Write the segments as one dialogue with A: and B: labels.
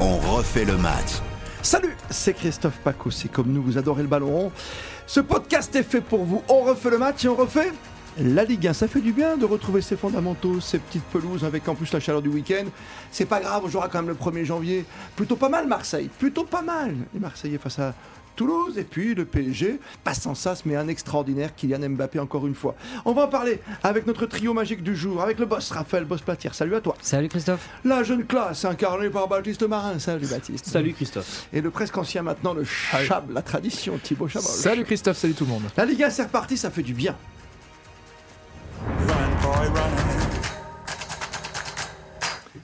A: On refait le match.
B: Salut, c'est Christophe Paco, c'est comme nous, vous adorez le ballon rond. Ce podcast est fait pour vous. On refait le match et on refait la Ligue 1. Ça fait du bien de retrouver ses fondamentaux, ses petites pelouses avec en plus la chaleur du week-end. C'est pas grave, on jouera quand même le 1er janvier. Plutôt pas mal Marseille, plutôt pas mal. Les Marseillais face à Toulouse et puis le PSG, pas sans sas mais un extraordinaire Kylian Mbappé encore une fois. On va en parler avec notre trio magique du jour, avec le boss Raphaël Bospatier. Salut à toi.
C: Salut Christophe.
B: La jeune classe incarnée par Baptiste Marin. Salut Baptiste.
D: Salut Christophe.
B: Et le presque ancien maintenant, le Chab, la tradition, Thibaut Chabal.
E: Salut Christophe, salut tout le monde.
B: La Ligue 1 c'est reparti, ça fait du bien.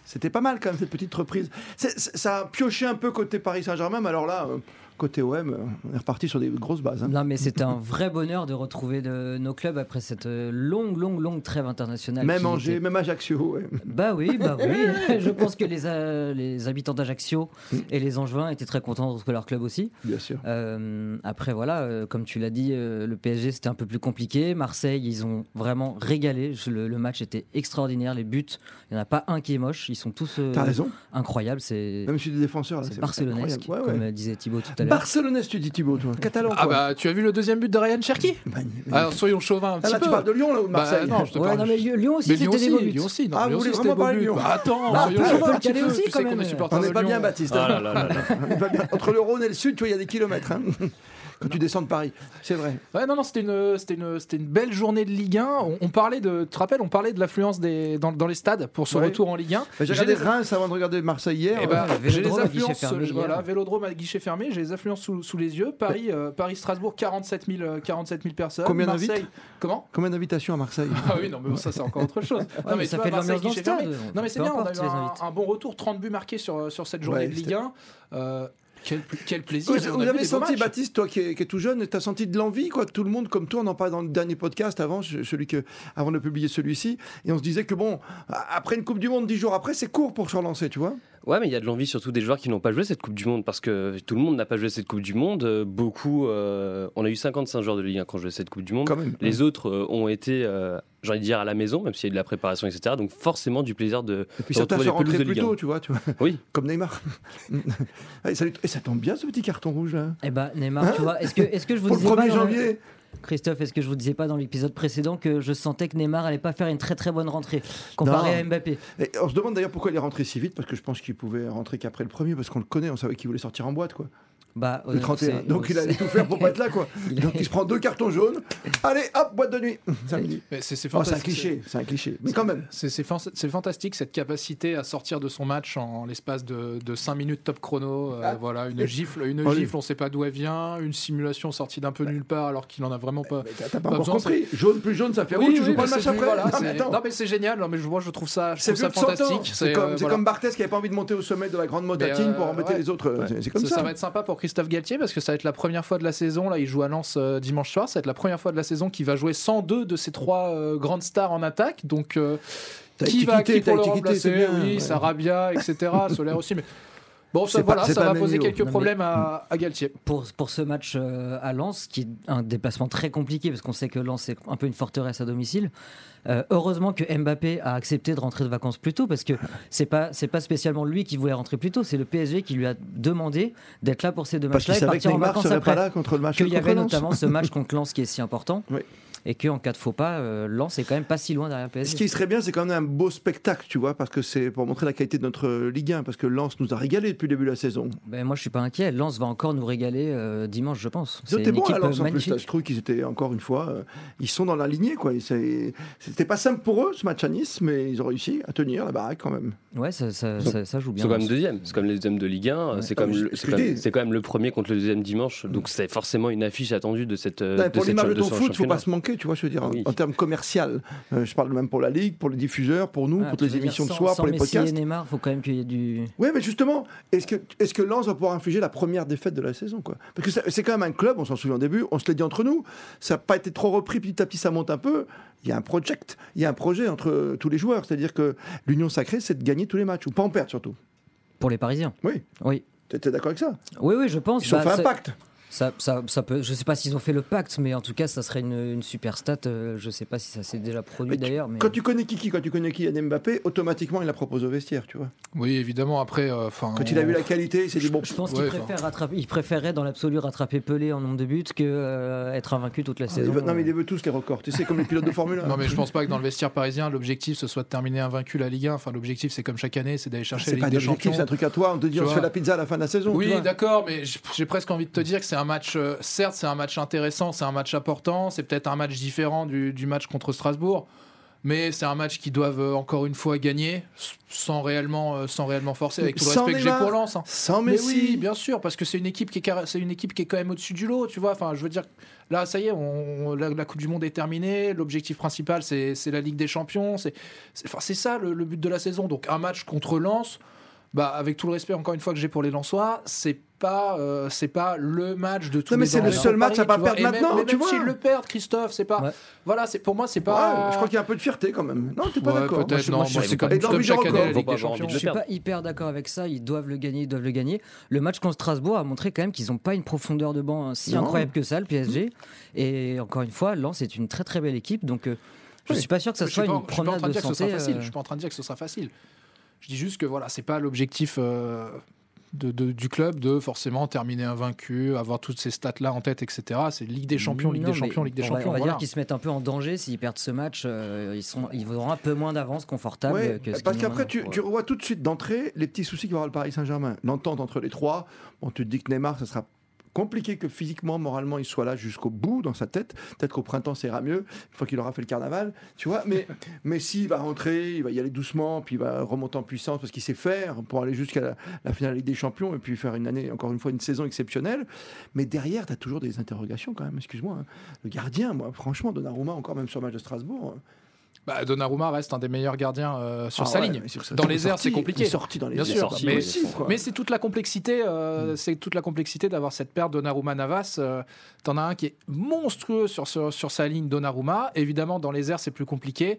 B: C'était pas mal quand même cette petite reprise. C'est- c'est- ça a pioché un peu côté Paris Saint-Germain, mais alors là, euh, côté OM, euh, on est reparti sur des grosses bases. hein.
C: Non mais c'est un vrai bonheur de retrouver de- nos clubs après cette euh, longue, longue, longue trêve internationale.
B: Même
C: qui
B: Angers,
C: était-
B: même Ajaccio. ouais.
C: Bah oui, bah oui. Je pense que les, euh, les habitants d'Ajaccio et les Angevins étaient très contents de retrouver leur club aussi.
B: Bien sûr.
C: Euh, après, voilà, euh, comme tu l'as dit, euh, le PSG c'était un peu plus compliqué. Marseille, ils ont vraiment régalé. Je- Le, le match était extraordinaire. Les buts, il n'y en a pas un qui est moche. Ils sont tous euh,
B: T'as raison.
C: incroyables. C'est
B: Même si des défenseurs, là,
C: c'est
B: c'est
C: barcelonesque,
B: incroyable. Ouais,
C: comme
B: ouais.
C: euh, disait Thibaut tout à l'heure.
B: Barcelonaise, tu dis Thibaut, toi. Catalan.
E: Ah
B: quoi.
E: bah tu as vu le deuxième but de Ryan Cherki
B: Magnifique.
E: Alors soyons chauvins un
B: Ah,
E: petit
B: là,
E: peu.
B: tu parles de Lyon, là, ou de
E: Bah,
B: Marseille
E: non, je te
C: Ouais,
E: parle
C: non, mais Lyon Lyon aussi,
E: Mais Lyon
C: c'était
E: aussi,
C: des beaux buts.
E: Lyon aussi, non,
B: Ah,
E: Lyon
B: vous voulez
E: aussi,
B: vraiment
E: c'était beau
B: parler de
E: but.
B: Lyon
E: Bah, attends,
C: Ah,
E: soyons
C: on peut
E: chauvins
C: le
E: un petit
C: caler
E: peu,
C: aussi,
E: tu
C: quand
E: sais qu'on
C: même.
E: est supporters
B: On est
E: de
B: pas
E: Lyon.
B: bien, Baptiste. hein.
D: Ah là là là là.
B: On est pas bien. Entre le Rhône et le Sud, tu vois, il y a des kilomètres. hein. Quand tu descends de Paris, c'est vrai.
E: Ouais, non, non, c'était une, c'était une, c'était une belle journée de Ligue 1. On, on parlait de, tu te rappelles, on parlait de l'affluence des, dans, dans les stades pour ce
B: Ouais.
E: retour en Ligue 1.
B: Bah, J'ai regardé Reims avant de regarder Marseille hier. euh,
E: Eh
C: Ouais,
E: ben,
C: le
E: j'ai les
C: Vélodrome à guichet
E: affluences,
C: fermé hier.
E: voilà, Vélodrome à guichet fermé, j'ai les affluences sous, sous les yeux. Paris, euh, Paris, Strasbourg, 47 000, euh, 47 000 personnes.
B: Combien
E: Marseille,
B: d'invités
E: Comment
B: Combien d'invitations à Marseille
E: Ah oui, non, mais bon, ça c'est encore autre chose. non,
C: mais ça
E: tu
C: fait de
E: vois, Marseille,
C: l'ambiance dans le
E: guichet fermé.
C: stade.
E: Non, mais c'est
C: Peu
E: bien, on a
C: importe
E: eu
C: les
E: un,
C: invités.
E: un bon retour, 30 buts marqués sur, sur cette journée
B: Ouais,
E: de Ligue
B: c'était-
E: 1. Euh, quel, quel plaisir!
B: Vous,
E: on a
B: vous
E: vu des
B: avez
E: beaux
B: senti,
E: matchs.
B: Baptiste, toi qui es, qui es tout jeune, tu as senti de l'envie, quoi. Tout le monde, comme toi, on en parlait dans le dernier podcast avant, ce- celui que, avant de publier celui-ci. Et on se disait que, bon, a- après une Coupe du Monde, 10 jours après, c'est court pour se relancer, tu vois.
F: Ouais, mais il y a de l'envie surtout des joueurs qui n'ont pas joué cette Coupe du Monde parce que tout le monde n'a pas joué cette Coupe du Monde. Euh, Beaucoup, euh, on a eu 55 joueurs de Ligue 1 qui ont joué cette Coupe du Monde.
B: Quand même.
F: Les autres euh, ont été, euh, j'ai envie de dire, à la maison, même s'il y a eu de la préparation, etc. Donc forcément du plaisir de.
B: Et puis certains
F: retrouver
B: sont
F: les pelouses
B: rentrés
F: de
B: plus
F: Ligue 1.
B: tôt, tu vois, tu vois
F: Oui.
B: comme Neymar. et, ça, lui- et ça tombe bien, ce petit carton rouge, là.
C: Eh ben Neymar, tu vois, est-ce que, est-ce que je vous
B: Hein Pour le
C: hein. disais pas
B: 1er
C: dans le-
B: janvier.
C: Christophe, est-ce que je vous disais pas dans l'épisode précédent que je sentais que Neymar allait pas faire une très très bonne rentrée comparé
B: Non.
C: à Mbappé
B: Et on se demande d'ailleurs pourquoi il est rentré si vite, parce que je pense qu'il pouvait rentrer qu'après le premier, parce qu'on le connaît, on savait qu'il voulait sortir en boîte, quoi.
C: Bah,
B: Le
C: euh,
B: 31.
C: c'est-
B: Donc il allait tout faire pour pas être là, quoi.
C: Il
B: Donc
C: a-
B: il se prend deux cartons jaunes. Allez, hop, boîte de nuit. Samedi.
E: Mais C'est c'est
B: Oh, c'est un
E: fantastique.
B: cliché, c'est un cliché. Mais quand même.
E: C'est c'est fan- c'est fantastique cette capacité à sortir de son match en l'espace de, 5 minutes top chrono. Euh,
B: Ah. Oh,
E: Voilà, une gifle, une
B: Allez.
E: gifle, on sait pas d'où elle vient, une simulation sortie d'un peu nulle part alors qu'il en a vraiment pas.
B: Mais T'as t'as pas
E: Pas
B: encore
E: besoin,
B: compris. Jaune plus jaune, ça fait rouge. Tu joues pas
E: mais
B: le match
E: c'est-
B: après.
E: voilà,
B: Non, mais
E: c'est-
B: attends.
E: non, mais c'est génial. Non, mais je, moi, je trouve ça, je
B: C'est
E: trouve
B: plus
E: ça
B: de 100 ans.
E: fantastique.
B: C'est comme,
E: euh,
B: c'est
E: voilà.
B: comme Barthez qui avait pas envie de monter au sommet de la grande motatine
E: Mais, euh,
B: pour embêter
E: ouais.
B: les autres. C'est- C'est comme
E: Ça,
B: ça.
E: ça va être sympa pour Christophe Galtier parce que ça va être la première fois de la saison. Là, il joue à Lens euh, dimanche soir. Ça va être la première fois de la saison qu'il va jouer 102 de ses trois euh, grandes stars en attaque. Donc, euh,
B: T'as
E: qui va
B: étiqueté,
E: qui pour
B: t'as
E: le
B: étiqueté, c'est
E: remplacer
B: bien,
E: Oui,
B: ouais.
E: Sarabia, etc. Solaire aussi. Mais bon,
B: C'est
E: ça,
B: pas-
E: voilà,
B: c'est
E: ça
B: pas
E: va
B: même Hmm.
E: poser
B: niveau.
E: quelques
C: Non, mais-
E: problèmes à, à Galtier.
C: pour, pour ce match euh, à Lens, qui est un déplacement très compliqué, parce qu'on sait que Lens est un peu une forteresse à domicile, euh, heureusement que Mbappé a accepté de rentrer de vacances plus tôt, parce que c'est pas, c'est pas spécialement lui qui voulait rentrer plus tôt, c'est le PSG qui lui a demandé d'être là pour ces deux
B: Parce
C: matchs-là
B: qu'il
C: et
B: savait que
C: partir en
B: Neymar
C: vacances
B: serait pas
C: après.
B: là contre le match.
C: Qu'il y
B: contre
C: avait
B: Lens.
C: notamment ce match contre Lens qui est si important,
B: Ah, Oui.
C: et qu'en cas de faux pas, euh, Lens est quand même pas si loin derrière le PSG.
B: Ce qui serait bien, c'est quand même un beau spectacle, tu vois, parce que c'est pour montrer la qualité de notre Ligue 1, parce que Lens nous a régalé depuis le début de la saison.
C: Ben, moi, je suis pas inquiet. Lens va encore nous régaler euh, dimanche, je pense.
B: Ils
C: une
B: étaient bons à
C: équipe,
B: Lens
C: euh,
B: en plus. là. Je trouve qu'ils étaient encore une fois, euh, ils sont dans la lignée quoi. Et c'est- C'était pas simple pour eux ce match à Nice, mais ils ont réussi à tenir la baraque quand même.
C: Ouais, ça, ça- ça- ça joue
F: Ils
C: bien.
F: sont quand même
C: Lens.
F: deuxième. C'est comme les deuxièmes de Ligue 1.
C: Ouais.
F: C'est
B: Ah,
F: comme
B: mais
F: le-
B: je-
F: c'est
B: je
F: quand,
B: dis.
F: même- c'est quand même le premier contre le deuxième dimanche. Donc c'est forcément une affiche attendue de cette. euh,
B: Non, mais
F: de
B: pour
F: cette
B: l'image de
F: champ-
B: ton
F: ce
B: foot, faut
F: championnat.
B: pas se manquer, tu vois, je veux dire, en-
F: Oui.
B: en, termes commercial. Euh, je parle même pour la Ligue, pour les diffuseurs, pour nous,
C: Ah,
B: pour
C: tu
B: les
C: veux dire,
B: émissions de
C: sans-
B: soir,
C: sans
B: pour les
C: Messi
B: podcasts.
C: et Neymar, faut quand même qu'il y ait du.
B: Oui, mais justement, est-ce que, est que Lens va pouvoir infliger la première défaite de la saison quoi Parce que ça- c'est quand même un club, on s'en souvient au début, on se l'est dit entre nous, ça n'a pas été trop repris, petit à petit ça monte un peu. Il y a un project, il y a un projet entre euh, tous les joueurs, c'est-à-dire que l'union sacrée, c'est de gagner tous les matchs, ou pas en perdre surtout.
C: Pour les Parisiens.
B: Oui.
C: Oui.
B: T'es t'es d'accord avec ça
C: Oui, oui, je pense.
B: Ils ont
C: Bah,
B: fait un
C: c'est-
B: pacte.
C: Ça, ça, ça peut, je sais pas s'ils ont fait le pacte, mais en tout cas, ça serait une, une super stat. euh, je sais pas si ça s'est déjà produit
B: Mais tu-
C: d'ailleurs. Mais...
B: Quand tu connais Kiki, quand tu connais Kylian Mbappé, automatiquement il la propose au vestiaire, tu vois.
E: Oui, évidemment, après. euh, 'fin,
B: Quand
E: on-
B: il a vu la qualité, il s'est dit bon.
C: Oh. Je pense qu'il
E: Ouais,
C: préfère rattraper- il préférait dans l'absolu rattraper Pelé en nombre de buts que euh, être invaincu toute la
E: Ah,
B: il
C: saison.
B: veut- Non mais il les veut tous les records. Tu sais comme les pilotes de Formule 1.
E: Non, mais je pense pas que dans le vestiaire parisien, l'objectif ce soit de terminer invaincu la Ligue 1. Enfin, l'objectif, c'est comme chaque année, c'est d'aller chercher
B: c'est
E: la Ligue
B: pas
E: des
B: d'objectif,
E: Champions.
B: c'est un truc à toi. On te dit
E: Tu
B: on se
E: vois.
B: fait la pizza à la fin de la saison. tu
E: Oui,
B: vois.
E: d'accord, mais j- j'ai presque envie de te dire que c'est un match, euh, certes, c'est un match intéressant, c'est un match important, c'est peut-être un match différent du, du match contre Strasbourg, mais c'est un match qu'ils doivent euh, encore une fois gagner s- sans réellement, euh, sans réellement forcer, avec tout le
B: Sans
E: respect que j'ai
B: Neymar.
E: pour Lens. hein.
B: Sans
E: Mais,
B: Messi.
E: oui, bien sûr, parce que c'est une équipe qui est, cara- c'est une équipe qui est quand même au-dessus du lot, tu vois. Enfin, je veux dire, là, ça y est, on, la, la Coupe du Monde est terminée. L'objectif principal, c'est c'est la Ligue des Champions. C'est c'est- enfin, c'est ça le, le but de la saison. Donc, un match contre Lens, bah, avec tout le respect encore une fois que j'ai pour les Lensois, c'est pas, euh, c'est pas le match de tous
B: Non, mais
E: les
B: c'est le
E: enjeux
B: seul
E: de
B: match à
E: Paris,
B: pas
E: tu vois.
B: perdre
E: Et même-
B: maintenant,
E: mais
B: tu
E: même s'ils
B: vois.
E: le perdent, Christophe, c'est pas.
C: Ouais.
E: Voilà, c'est pour moi, c'est
B: Ouais,
E: pas.
B: je crois qu'il y a un peu de fierté quand même. Non, t'es pas
E: Ouais,
B: d'accord.
E: peut-être, non,
B: Moi, je-
E: moi,
B: moi,
E: c'est
B: je-
E: comme,
B: Et
E: comme
B: dormi
E: chaque année,
B: record.
E: la Ligue
F: Faut pas
E: des
F: avoir envie de
E: Champions.
C: Je suis pas hyper d'accord avec ça. Ils doivent le gagner, ils doivent le gagner. Le match contre Strasbourg a montré quand même qu'ils n'ont pas une profondeur de banc hein, si
B: Non.
C: incroyable que ça, le PSG. Et encore une fois, Lens est une très très belle équipe. Donc, euh, je
B: Oui.
C: suis pas sûr que ça
E: Je suis
C: soit
E: pas-
C: une
E: je suis pas en
C: promenade
E: train de
C: de
E: dire que ce sera
C: santé.
E: facile. Je
C: euh,
E: suis pas en train de dire que ce sera facile. Je dis juste que voilà, c'est pas l'objectif euh, de- de- du club de forcément terminer invaincu, avoir toutes ces stats là en tête, etc. C'est Ligue des Champions, Ligue
C: non,
E: des
C: mais
E: Champions, Ligue des
C: on va-
E: Champions.
C: On va
E: voilà.
C: dire qu'ils se mettent un peu en danger s'ils perdent ce match. euh, ils, sont, ils auront un peu moins d'avance confortable
B: Ouais,
C: que ce
B: parce
C: qu'ils ont
B: qu'après, tu,
C: maintenant.
B: tu revois tout de suite d'entrée les petits soucis qu'il va y avoir le Paris Saint-Germain. L'entente entre les trois. On te dit que Neymar, ça sera compliqué que physiquement, moralement, il soit là jusqu'au bout dans sa tête. Peut-être qu'au printemps, ça ira mieux, une fois qu'il aura fait le carnaval. Tu vois, mais Messi va rentrer, il va y aller doucement, puis il va remonter en puissance parce qu'il sait faire pour aller jusqu'à la, la finale Ligue des Champions et puis faire une année, encore une fois, une saison exceptionnelle. Mais derrière, tu as toujours des interrogations quand même, excuse-moi. hein. Le gardien, moi, franchement, Donnarumma, encore même sur le match de Strasbourg.
E: Bah, Donnarumma reste un des meilleurs gardiens euh, sur
B: Ah
E: sa
B: ouais,
E: ligne.
B: mais sur sa-
E: Dans les airs,
B: sorti-
E: c'est compliqué.
B: il est sorti dans les
E: Bien
B: airs,
E: sûr,
B: c'est
E: mais-
B: impossible, quoi. Hmm.
E: Mais c'est toute la complexité, euh, c'est toute la complexité d'avoir cette paire Donnarumma-Navas. euh, T'en as un qui est monstrueux sur, sur, sur sa ligne Donnarumma. Évidemment, dans les airs, c'est plus compliqué.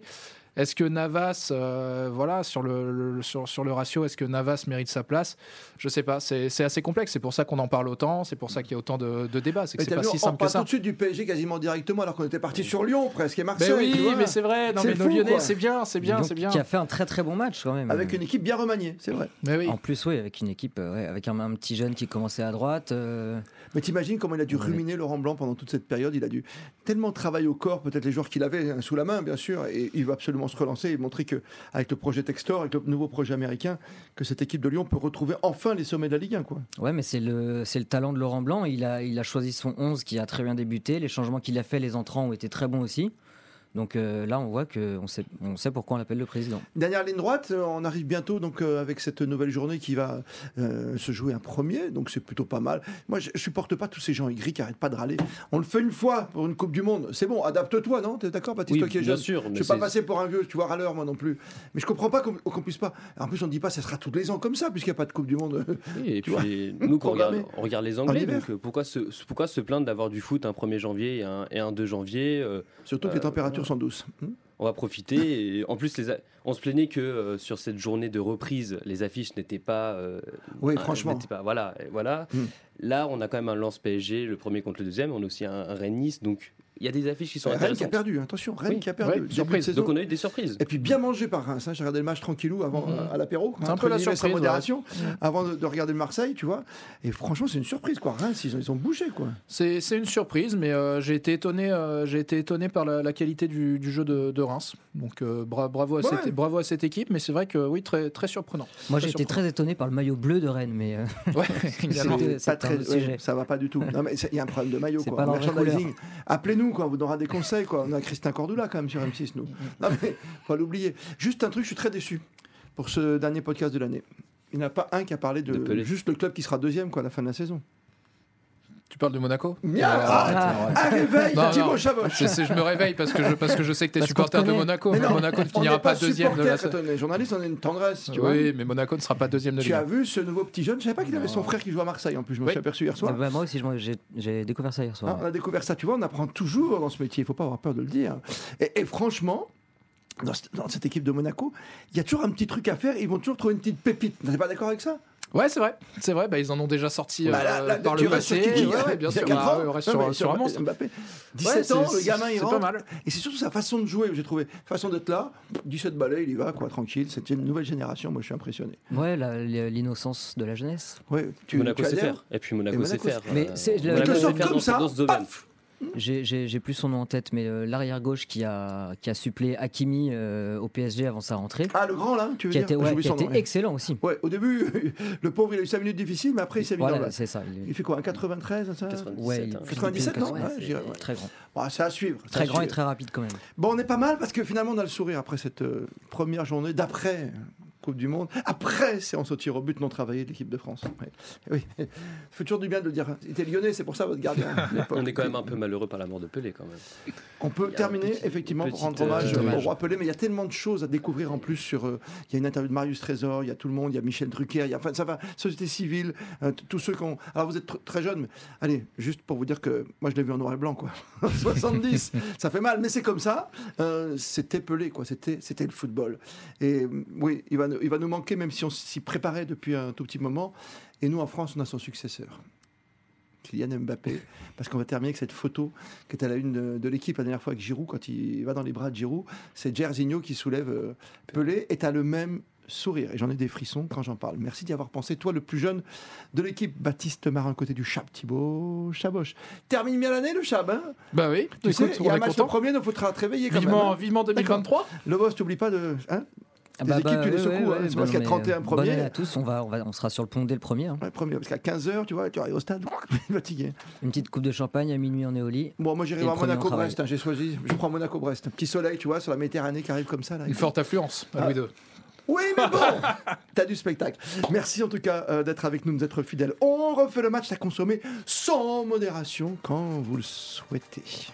E: Est-ce que Navas, euh, voilà, sur le, le- sur, sur le ratio, est-ce que Navas mérite sa place Je sais pas. C'est c'est assez complexe. C'est pour ça qu'on en parle autant. C'est pour ça qu'il y a autant de, de débats. C'est que
B: Mais
E: c'est
B: t'as
E: pas
B: vu,
E: si
B: on
E: simple
B: parle tout
E: que ça.
B: de suite du PSG quasiment directement alors qu'on était parti sur Lyon presque et
E: Mais
B: Marseille. tu
E: Ben oui,
B: vois,
E: mais c'est vrai. Non,
B: C'est
E: mais nos
B: fou,
E: Lyonnais,
B: quoi.
E: c'est bien, c'est bien,
C: Donc,
E: c'est bien.
C: Qui a fait un très très bon match quand même.
B: avec une équipe bien remaniée, c'est vrai.
E: Mais oui.
C: En plus, oui, avec une équipe, euh, ouais, avec un, un petit jeune qui commençait à droite. euh,
B: Mais t'imagines comment il a dû
C: Ouais.
B: ruminer Laurent Blanc pendant toute cette période. Il a dû tellement travailler au corps, peut-être les joueurs qu'il avait hein, sous la main, bien sûr. Et il va absolument se relancer et montrer que avec le projet Textor, avec le nouveau projet américain, que cette équipe de Lyon peut retrouver enfin les sommets de la Ligue 1. Quoi.
C: Ouais, mais c'est le, c'est le talent de Laurent Blanc. Il a, il a choisi son 11 qui a très bien débuté. Les changements qu'il a fait, les entrants ont été très bons aussi. Donc euh, là, on voit que on sait, on sait pourquoi on l'appelle le président.
B: Dernière ligne droite, euh, on arrive bientôt donc euh, avec cette nouvelle journée qui va euh, se jouer un premier, donc c'est plutôt pas mal. Moi, je, je supporte pas tous ces gens aigris qui arrêtent pas de râler. On le fait une fois pour une Coupe du Monde, c'est bon, adapte-toi, non T'es d'accord, Baptiste,
F: Oui,
B: toi qui es
F: bien
B: jeune
F: sûr.
B: Je
F: mais
B: suis pas
F: c'est-
B: passé pour un vieux, tu vois, râleur, moi non plus. Mais je comprends pas qu'on qu'on puisse pas. En plus, on dit pas, ça sera tous les ans comme ça, puisqu'il n'y a pas de Coupe du Monde.
F: Oui, et
B: Tu
F: puis, nous, quand on regarde,
B: Programmé.
F: on regarde les
B: En
F: Anglais,
B: hiver.
F: donc euh, pourquoi se, se- pourquoi se plaindre d'avoir du foot un 1er janvier et un, et un 2 janvier euh,
B: Surtout que les
F: Euh,
B: températures sont douces. Hmm
F: On va profiter. Et en plus, les a- on se plaignait que euh, sur cette journée de reprise, les affiches n'étaient pas. euh,
B: Oui,
F: euh,
B: franchement.
F: n'étaient pas- voilà, et voilà.
B: Mm.
F: Là, on a quand même un lance PSG, le premier contre le deuxième. On a aussi un, un Rennes-Nice, donc il y a des affiches qui sont
B: Rennes qui a
F: intéressantes.
B: perdu, hein, attention, Rennes
F: Oui,
B: qui a perdu.
E: ouais,
B: début de
E: surprise.
B: saison.
F: donc on a eu des surprises.
B: Et puis bien mangé par Reims. hein. J'ai regardé le match tranquillou avant,
E: Mhm.
B: euh, à l'apéro.
E: C'est un
B: entre
E: peu la
B: guillemets, Sans
E: surprise,
B: modération, avant de, de regarder le Marseille, tu vois. Et franchement, c'est une surprise, quoi. Reims, ils ont, ils ont bougé, quoi.
E: C'est c'est une surprise, mais euh, j'ai été étonné. euh, j'ai été étonné par la, la qualité du, du jeu de, de Reims. Donc euh, bra- bravo à
B: Ouais.
E: cette bravo à cette équipe, mais c'est vrai que oui, très très surprenant.
C: Moi,
E: Très
C: j'ai été
E: surprenant.
C: très étonné par le maillot bleu de Rennes, mais euh,
E: Ouais, également.
C: c'est-
B: C'est pas
C: un
B: très.
C: autre
B: ouais,
C: sujet.
B: ça va pas du tout. Non, mais c'est- il y a un problème de maillot,
C: C'est
B: quoi.
C: pas dans la
B: Merchandising. Appelez-nous, quoi. On vous donnera des conseils, quoi. On a Christin Cordula, quand même, sur M6, nous. Non, mais faut l'oublier. Juste un truc, je suis très déçu pour ce dernier podcast de l'année. Il n'y en a pas un qui a parlé de,
F: De Pelé.
B: juste le club qui sera deuxième, quoi, à la fin de la saison.
E: tu parles de Monaco
B: Mia- Un réveil,
E: Ah. Non,
B: Ah, Thibaut
E: non.
B: Chabot.
E: C'est- c'est- je me réveille parce que je, parce que je sais que tu es
C: Parce qu'on
E: supporter
C: te
E: de
C: connaît.
E: Monaco.
B: Mais
E: mais
B: non,
E: Monaco ne
B: On
E: finira
B: n'est
E: pas deuxième de
B: supporter
E: la
B: quand on est journaliste, on a une tendresse, tu vois.
E: Oui, mais Monaco ne sera pas deuxième de
B: Tu
E: la
B: as vu ce nouveau petit jeune Je savais pas qu'il avait son frère qui joue à Marseille en plus, je me
E: Oui. Ah,
B: suis aperçu hier soir.
C: Bah, moi aussi, je m'en- j'ai j'ai découvert ça hier
B: Hein,
C: soir.
B: on a découvert ça, tu vois, on apprend toujours dans ce métier, il faut pas avoir peur de le dire. Et, et franchement, dans, cette- dans cette équipe de Monaco, il y a toujours un petit truc à faire, ils vont toujours trouver une petite pépite. T'es pas d'accord avec ça
E: Ouais, c'est vrai, c'est vrai. Bah, ils en ont déjà sorti
B: Bah,
E: euh,
B: là, là,
E: par
B: tu
E: le
B: restes sur
E: passé.
B: Kiki,
E: Ouais, ouais, bien
B: il y a
E: sûr.
B: quatre
E: Bah,
B: ans.
E: ouais, on reste
B: Non, mais
E: sur, sur un
B: Mbappé-
E: monstre.
B: Mbappé. 17
E: 17
B: ans, le gamin, il
E: C'est
B: rentre.
E: pas mal.
B: Et c'est surtout sa façon de jouer, j'ai trouvé. Façon d'être là, 17 balais, il y va, quoi, tranquille. C'était une nouvelle génération, moi je suis impressionné.
C: Ouais, la- l'innocence de la jeunesse.
B: Ouais, tu, tu
F: Monaco sait
B: adhères
F: faire. Et puis Monaco,
B: Et Monaco
F: sait
B: sait
F: faire.
B: faire.
C: Mais
F: Euh,
C: c'est- je-
F: Monaco
C: je le
F: sait
B: sors
F: faire
B: comme
F: dans-
B: ça,
F: dans ce domaine.
B: paf
C: J'ai- J'ai j'ai plus son nom en tête, mais euh, l'arrière gauche qui a, qui a supplé Hakimi euh, au PSG avant sa rentrée,
B: Ah, le grand là, tu veux
C: qui a
B: dire
C: été,
B: J'ai
C: ouais,
B: oublié
C: qui a
B: son nom,
C: été
B: ouais.
C: excellent aussi.
B: Ouais, au début, le pauvre, il a eu 5 minutes difficiles, mais après, il s'est mis dans
C: Voilà,
B: le-
C: c'est ça. il est-
B: Il fait quoi, un 93 ça
F: 97,
C: ouais, il-
F: hein.
B: 97, non Ouais,
C: ouais, c'est
B: je dirais, ouais.
C: Très grand,
B: Bon, C'est à suivre. c'est à
C: très grand et
B: suivre.
C: très rapide quand même.
B: Bon, on est pas mal parce que finalement, on a le sourire après cette euh, première journée d'après Coupe du Monde, après séance au tir au but non travaillé de l'équipe de France. Ouais. Oui, ça fait toujours du bien de le dire. hein. Il était lyonnais, c'est pour ça votre gardien. à l'époque.
F: On est quand même un peu malheureux par la mort de Pelé quand même.
B: On peut
F: Il y a
B: terminer
F: un petit-
B: effectivement pour
F: petite,
B: rendre
F: euh,
B: hommage
F: dommage.
B: au roi Pelé, mais il y a tellement de choses à découvrir en plus sur. euh, Il y a une interview de Marius Trésor, il y a tout le monde, il y a Michel Drucker, il y a enfin ça va, société civile, euh, t- tous ceux qui ont. Alors vous êtes tr- très jeunes, mais allez, juste pour vous dire que moi je l'ai vu en noir et blanc quoi, 70, ça fait mal, mais c'est comme ça. Euh, c'était Pelé quoi, c'était c'était le football. Et euh, oui, il va nous- il va nous manquer même si on s'y préparait depuis un tout petit moment. Et nous en France, on a son successeur. Kylian Mbappé, parce qu'on va terminer avec cette photo qui était à la une de, de l'équipe la dernière fois avec Giroud, quand il va dans les bras de Giroud, c'est Jairzinho qui soulève euh, Pelé et t'as le même sourire. Et j'en ai des frissons quand j'en parle. Merci d'y avoir pensé, toi le plus jeune de l'équipe, Baptiste Marin, côté du Chab Thibaut Chaboche. Termine bien l'année le Chab, hein
E: Bah oui,
B: Tu
E: écoute,
B: sais, il y a
E: on
B: un
E: est
B: match le
E: content.
B: premier, il faudra te réveiller quand
E: Vivement,
B: même. hein.
E: vivement 2023.
B: Le boss, t'oublie pas de... hein
C: Ah
B: Tes équipes, tu les
C: ouais,
B: secoues,
C: ouais,
B: hein,
C: ouais,
B: c'est parce
C: non,
B: qu'à
C: mais, euh,
B: 31
C: bonne
B: premier-
C: année à tous, on, va, on, va, on sera sur le pont dès le premier. hein.
B: ouais, premier, parce qu'à 15h, tu vois, tu arrives au stade, fatigué.
C: Une petite coupe de champagne à minuit, on est au lit.
B: Bon, moi j'irai
C: Et
B: voir
C: le premier, on
B: Monaco-Brest, hein, j'ai choisi, je prends Monaco-Brest. Un petit soleil, tu vois, sur la Méditerranée qui arrive comme ça. Là,
E: Une forte affluence à Louis II.
B: Oui, mais bon, t'as du spectacle. Merci en tout cas euh, d'être avec nous, de nous être fidèles. On refait le match à consommer sans modération quand vous le souhaitez.